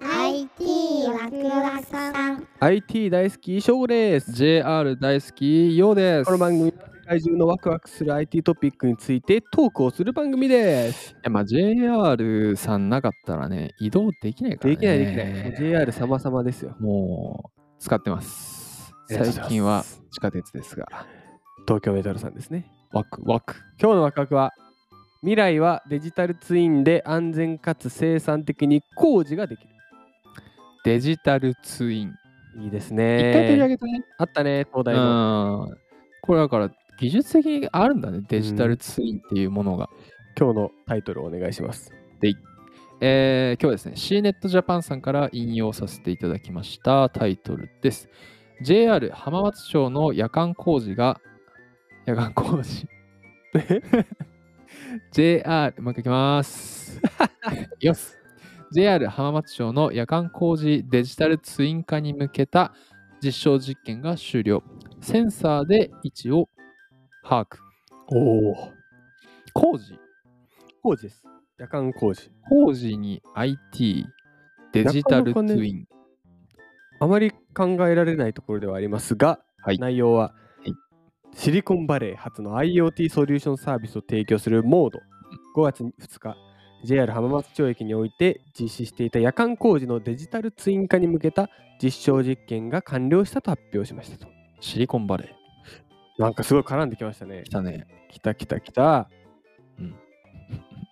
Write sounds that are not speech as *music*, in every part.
IT ワクワクさん IT 大好き翔吾です。 JR 大好きようです。この番組は世界中のワクワクする IT トピックについてトークをする番組ですい。やまあ JR さんなかったらね、移動できないからね。できないできない。もう JR 様様ですよ。もう使ってます。ありがとう最ございます近は地下鉄ですが、東京メトロさんですね。ワクワク。今日のワクワクは未来はデジタルツインで安全かつ生産的に工事ができる。デジタルツイン。いいです一回取り上ね。げたね。あったね、東う大の。ん。これだから技術的にあるんだね、デジタルツインっていうものが。今日のタイトルお願いします。えー今日はですね、CNET Japan さんから引用させていただきましたタイトルです。JR 浜松町の夜間工事が、夜間工事。JR、もう一回いきます。よし。JR 浜松町の夜間工事デジタルツイン化に向けた実証実験が終了。センサーで位置を把握。おお。工事工事です。夜間工事。工事に IT、デジタルツイン。なかなかねあまり考えられないところではありますが、はい内容は、いシリコンバレー初の IoT ソリューションサービスを提供するモード5月2日 JR 浜松町駅において実施していた夜間工事のデジタルツイン化に向けた実証実験が完了したと発表しましたとシリコンバレー。なんかすごい絡んできましたね来たね。きたきたきた、 *laughs* うん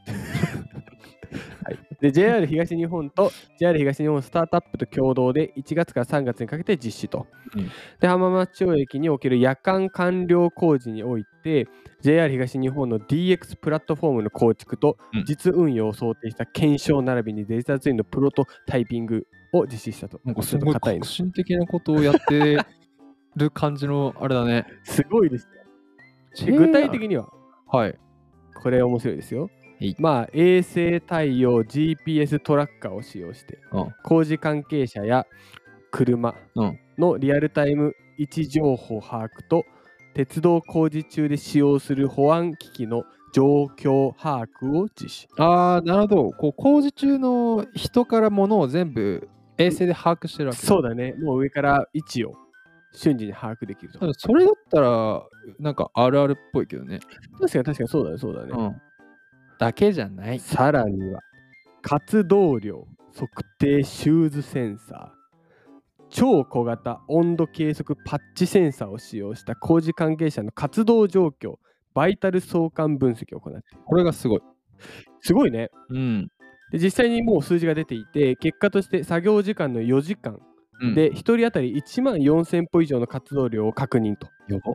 はい、で JR 東日本と JR 東日本スタートアップと共同で1月から3月にかけて実施と、うんで浜松町駅における夜間完了工事において JR 東日本の DX プラットフォームの構築とうん実運用を想定した検証並びにデジタルツインのプロトタイピングを実施したとなんかちすょっとごい硬革いな新的なことをやってる感じのあれだね。すごいですねで具体的に。にははい。これ面白いですよはい。まあ、衛星対応 GPS トラッカーを使用して、うん工事関係者や車うんのリアルタイム位置情報把握と鉄道工事中で使用する保安機器の状況把握を実施。ああ、なるほど。こう工事中の人からものを全部衛星で把握してるわけだそうだね、もう上から位置を瞬時に把握できると。でもそれだったら、なんかあるあるっぽいけどね。確かに確かにそうだね、そうだね。うん。だけじゃない。さらには活動量測定シューズセンサー超小型温度計測パッチセンサーを使用した工事関係者の活動状況バイタル相関分析を行っているこれがすごい。すごいねうん。で実際にもう数字が出ていて結果として作業時間の4時間うん、で1人当たり1万4000歩以上の活動量を確認とやば、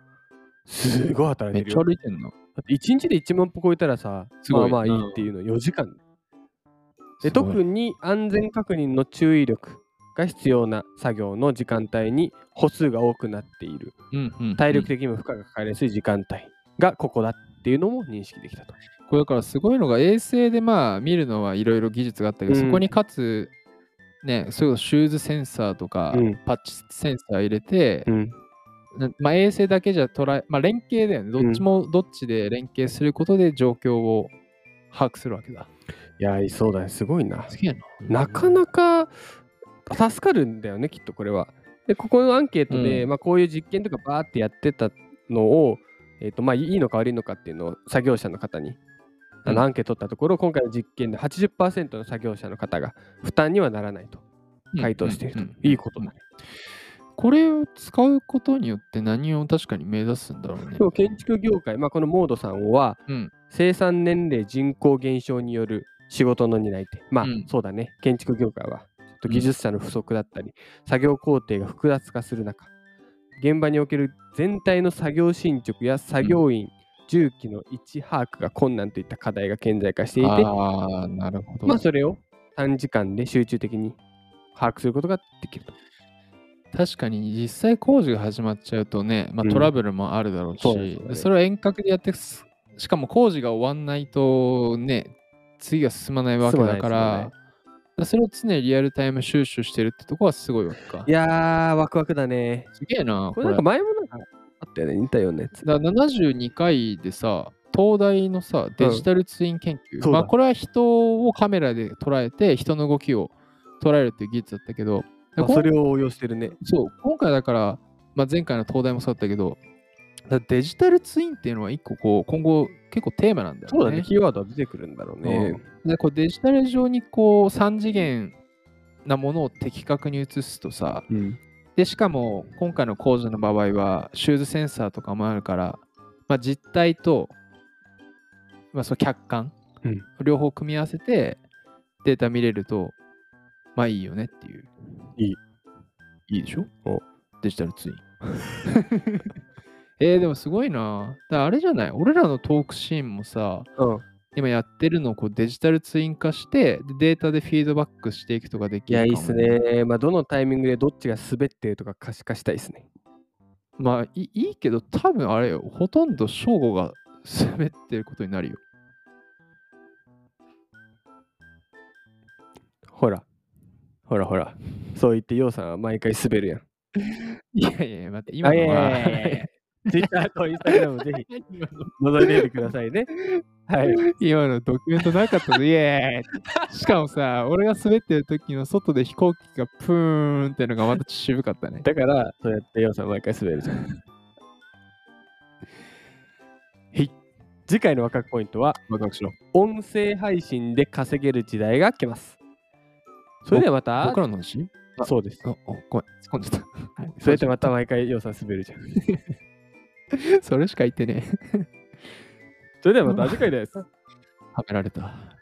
すごい働めいってちるゃよ歩いてんな。だって1日で1万歩超えたらさすまごあいまあいいっていうの4時間ですごい特に安全確認の注意力が必要な作業の時間帯に歩数が多くなっているうんうん、体力的にも負荷がかかりやすい時間帯がここだっていうのも認識できたと。これだからすごいのが衛星でまあ見るのはいろいろ技術があったけど、うんそこにかつねそういうシューズセンサーとか、うんパッチセンサー入れて、うん、なまあ、衛星だけじゃ捉え、まあ、連携だよねどっちもどっちで連携することで状況を把握するわけだ、いやーそうだねすごいな。すげえななかなか助かるんだよねきっとこれは。でここのアンケートで、うんまあ、こういう実験とかバーってやってたのを、えーとまあ、いいのか悪いのかっていうのを作業者の方にあうんのアンケート取ったところ、今回の実験で80%の作業者の方が負担にはならないと回答していると、うんうんいいことだね。これを使うことによって何を確かに目指すんだろうねでも建築業界、まあ、このモードさんは、うん生産年齢人口減少による仕事の担い手まあ、うんそうだね建築業界はちょっと技術者の不足だったり、作業工程が複雑化する中現場における全体の作業進捗や作業員、重機の位置把握が困難といった課題が顕在化していてああなるほど、まあそれを短時間で集中的に把握することができると。確かに実際工事が始まっちゃうとね、まうんあ、トラブルもあるだろうし、そうですよねそれを遠隔でやってすしかも工事が終わんないとね次が進まないわけだか進まない進まないらそれを常にリアルタイム収集してるってとこはすごいわけかいやーワクワクだね。すげえなここれれなんか前もなんかあったよね似たようなやつ。だ72回でさ東大のさデジタルツイン研究、そうまだあこれは人をカメラで捉えて人の動きを捉えるっていう技術だったけど、であこんそれを応用してるね。そう今回だから、まあ、前回の東大もそうだったけど、だデジタルツインっていうのは一個こう今後結構テーマなんだよね。そうだね、キーワードは出てくるんだろうね。でこうデジタル上にこう3次元なものを的確に映すとさ、うん、でしかも今回の工事の場合はシューズセンサーとかもあるから、まあ、実体と、まあ、その客観、うん両方組み合わせてデータ見れるとまあいいよねっていういいいいでしょおデジタルツイン *laughs* えー、でもすごいなだからあれじゃない俺らのトークシーンもさうん今やってるのをこうデジタルツイン化してでデータでフィードバックしていくとかできいるかや、もいいっすね。まあ、どのタイミングでどっちが滑ってるとか可視化したいっすね。まあいいいけど、多分あれよ、ほとんど正吾が *laughs* 滑ってることになるよ。ほら、ほらほら。そう言って、ようさんは毎回滑るやん。いやいやいや、待って、今あいのやいは。やいやいや Twitter と Instagram ぜひ今の覗いてみてくださいね。はい。 *laughs* 今のドキュメントなかったぞ、イエーイしかも *laughs* さ、俺が滑ってる時の外で飛行機がプーンってのがまた渋か *laughs* ったね。だから、そうやってようさん毎回滑るじゃん。はい。次回の若くポイントは、ワクワクしろ。音声配信で稼げる時代が来ます。それではまた僕、らの話らそうです。あ、おごめん、突っ込んじゃった。 *laughs* そうやってまた毎回ようさん滑るじゃん。それしか言ってね。それではまた次回で *laughs* す。はめられた。